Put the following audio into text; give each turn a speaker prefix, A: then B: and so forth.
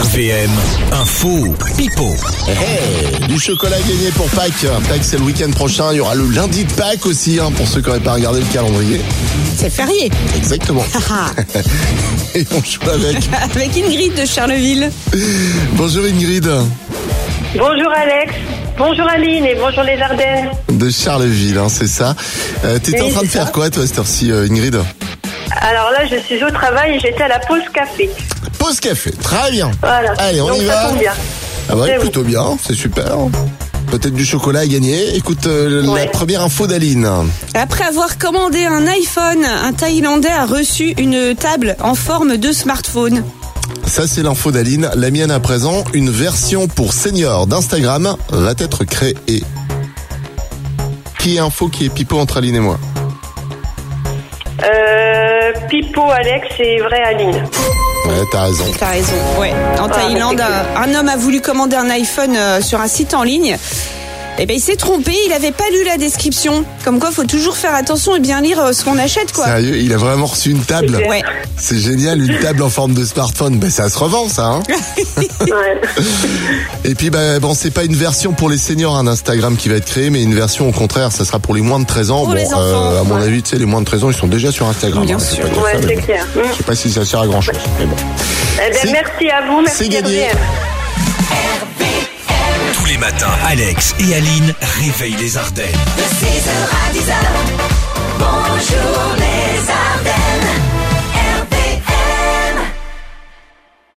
A: RVM, info, pipo.
B: Du chocolat gagné pour Pâques. Pâques, c'est le week-end prochain. Il y aura le lundi de Pâques aussi, hein, pour ceux qui n'auraient pas regardé le calendrier.
C: C'est férié.
B: Exactement.
C: Ah,
B: Et on joue avec.
C: ah. Avec Ingrid de Charleville.
B: Bonjour Ingrid,
D: Bonjour Alex, bonjour Aline et bonjour les Ardennes.
B: de Charleville, hein, c'est ça. Euh, T'étais en
D: Oui,
B: train de
D: c'est
B: faire
D: ça.
B: quoi, toi, cette heure-ci, euh, Ingrid
D: Alors là, je suis au travail et j'étais à la pause café.
B: Pause café. Très bien.
D: Voilà.
B: Allez, on
D: Donc
B: y
D: ça
B: va.
D: tombe bien.
B: Ah ouais,
D: Eh oui.
B: plutôt bien, c'est super. Peut-être du chocolat à gagner. Écoute euh, la
D: Ouais.
B: première info d'Aline.
C: Après avoir commandé un iPhone, un Thaïlandais a reçu une table en forme de smartphone.
B: Ça, c'est l'info d'Aline. La mienne à présent, une version pour seniors d'Instagram va être créée. Qui est info, qui est pipo entre Aline et moi
D: Euh, Pipo Alex et vrai Aline.
B: Ouais, t'as raison.
C: T'as raison. Ah, Ouais. En Thaïlande,
D: mais
C: un, un homme a voulu commander un iPhone euh, sur un site en ligne. Eh ben, il s'est trompé, il avait pas lu la description. Comme quoi, faut toujours faire attention et bien lire euh, ce qu'on achète, quoi.
B: Sérieux, il a vraiment reçu une table.
D: C'est clair.
C: Ouais.
B: C'est génial, une table en forme de smartphone. Ben, ça se revend, ça. Hein
D: Ouais. Eh
B: et puis, ben, bon, c'est pas une version pour les seniors, un Instagram qui va être créé, mais une version au contraire, ça sera pour les moins de 13 ans.
C: Pour
B: bon, euh,
C: les enfants,
B: à mon
D: ouais.
B: avis, tu sais, les moins de 13 ans, ils sont déjà sur Instagram. hein,
C: Bien
B: c'est
C: sûr.
B: pas comme
D: Ouais,
B: ça, mais
D: c'est
B: bon.
D: clair. Mm.
B: Je sais pas si ça sert à grand chose. Mais bon.
D: Eh
B: C'est-
D: ben, merci à vous, merci
B: c'est gagné.
D: RVM.
A: Tous les matins, Alex et Aline réveillent les Ardennes.
E: De 6h à 10h, bonjour les Ardennes.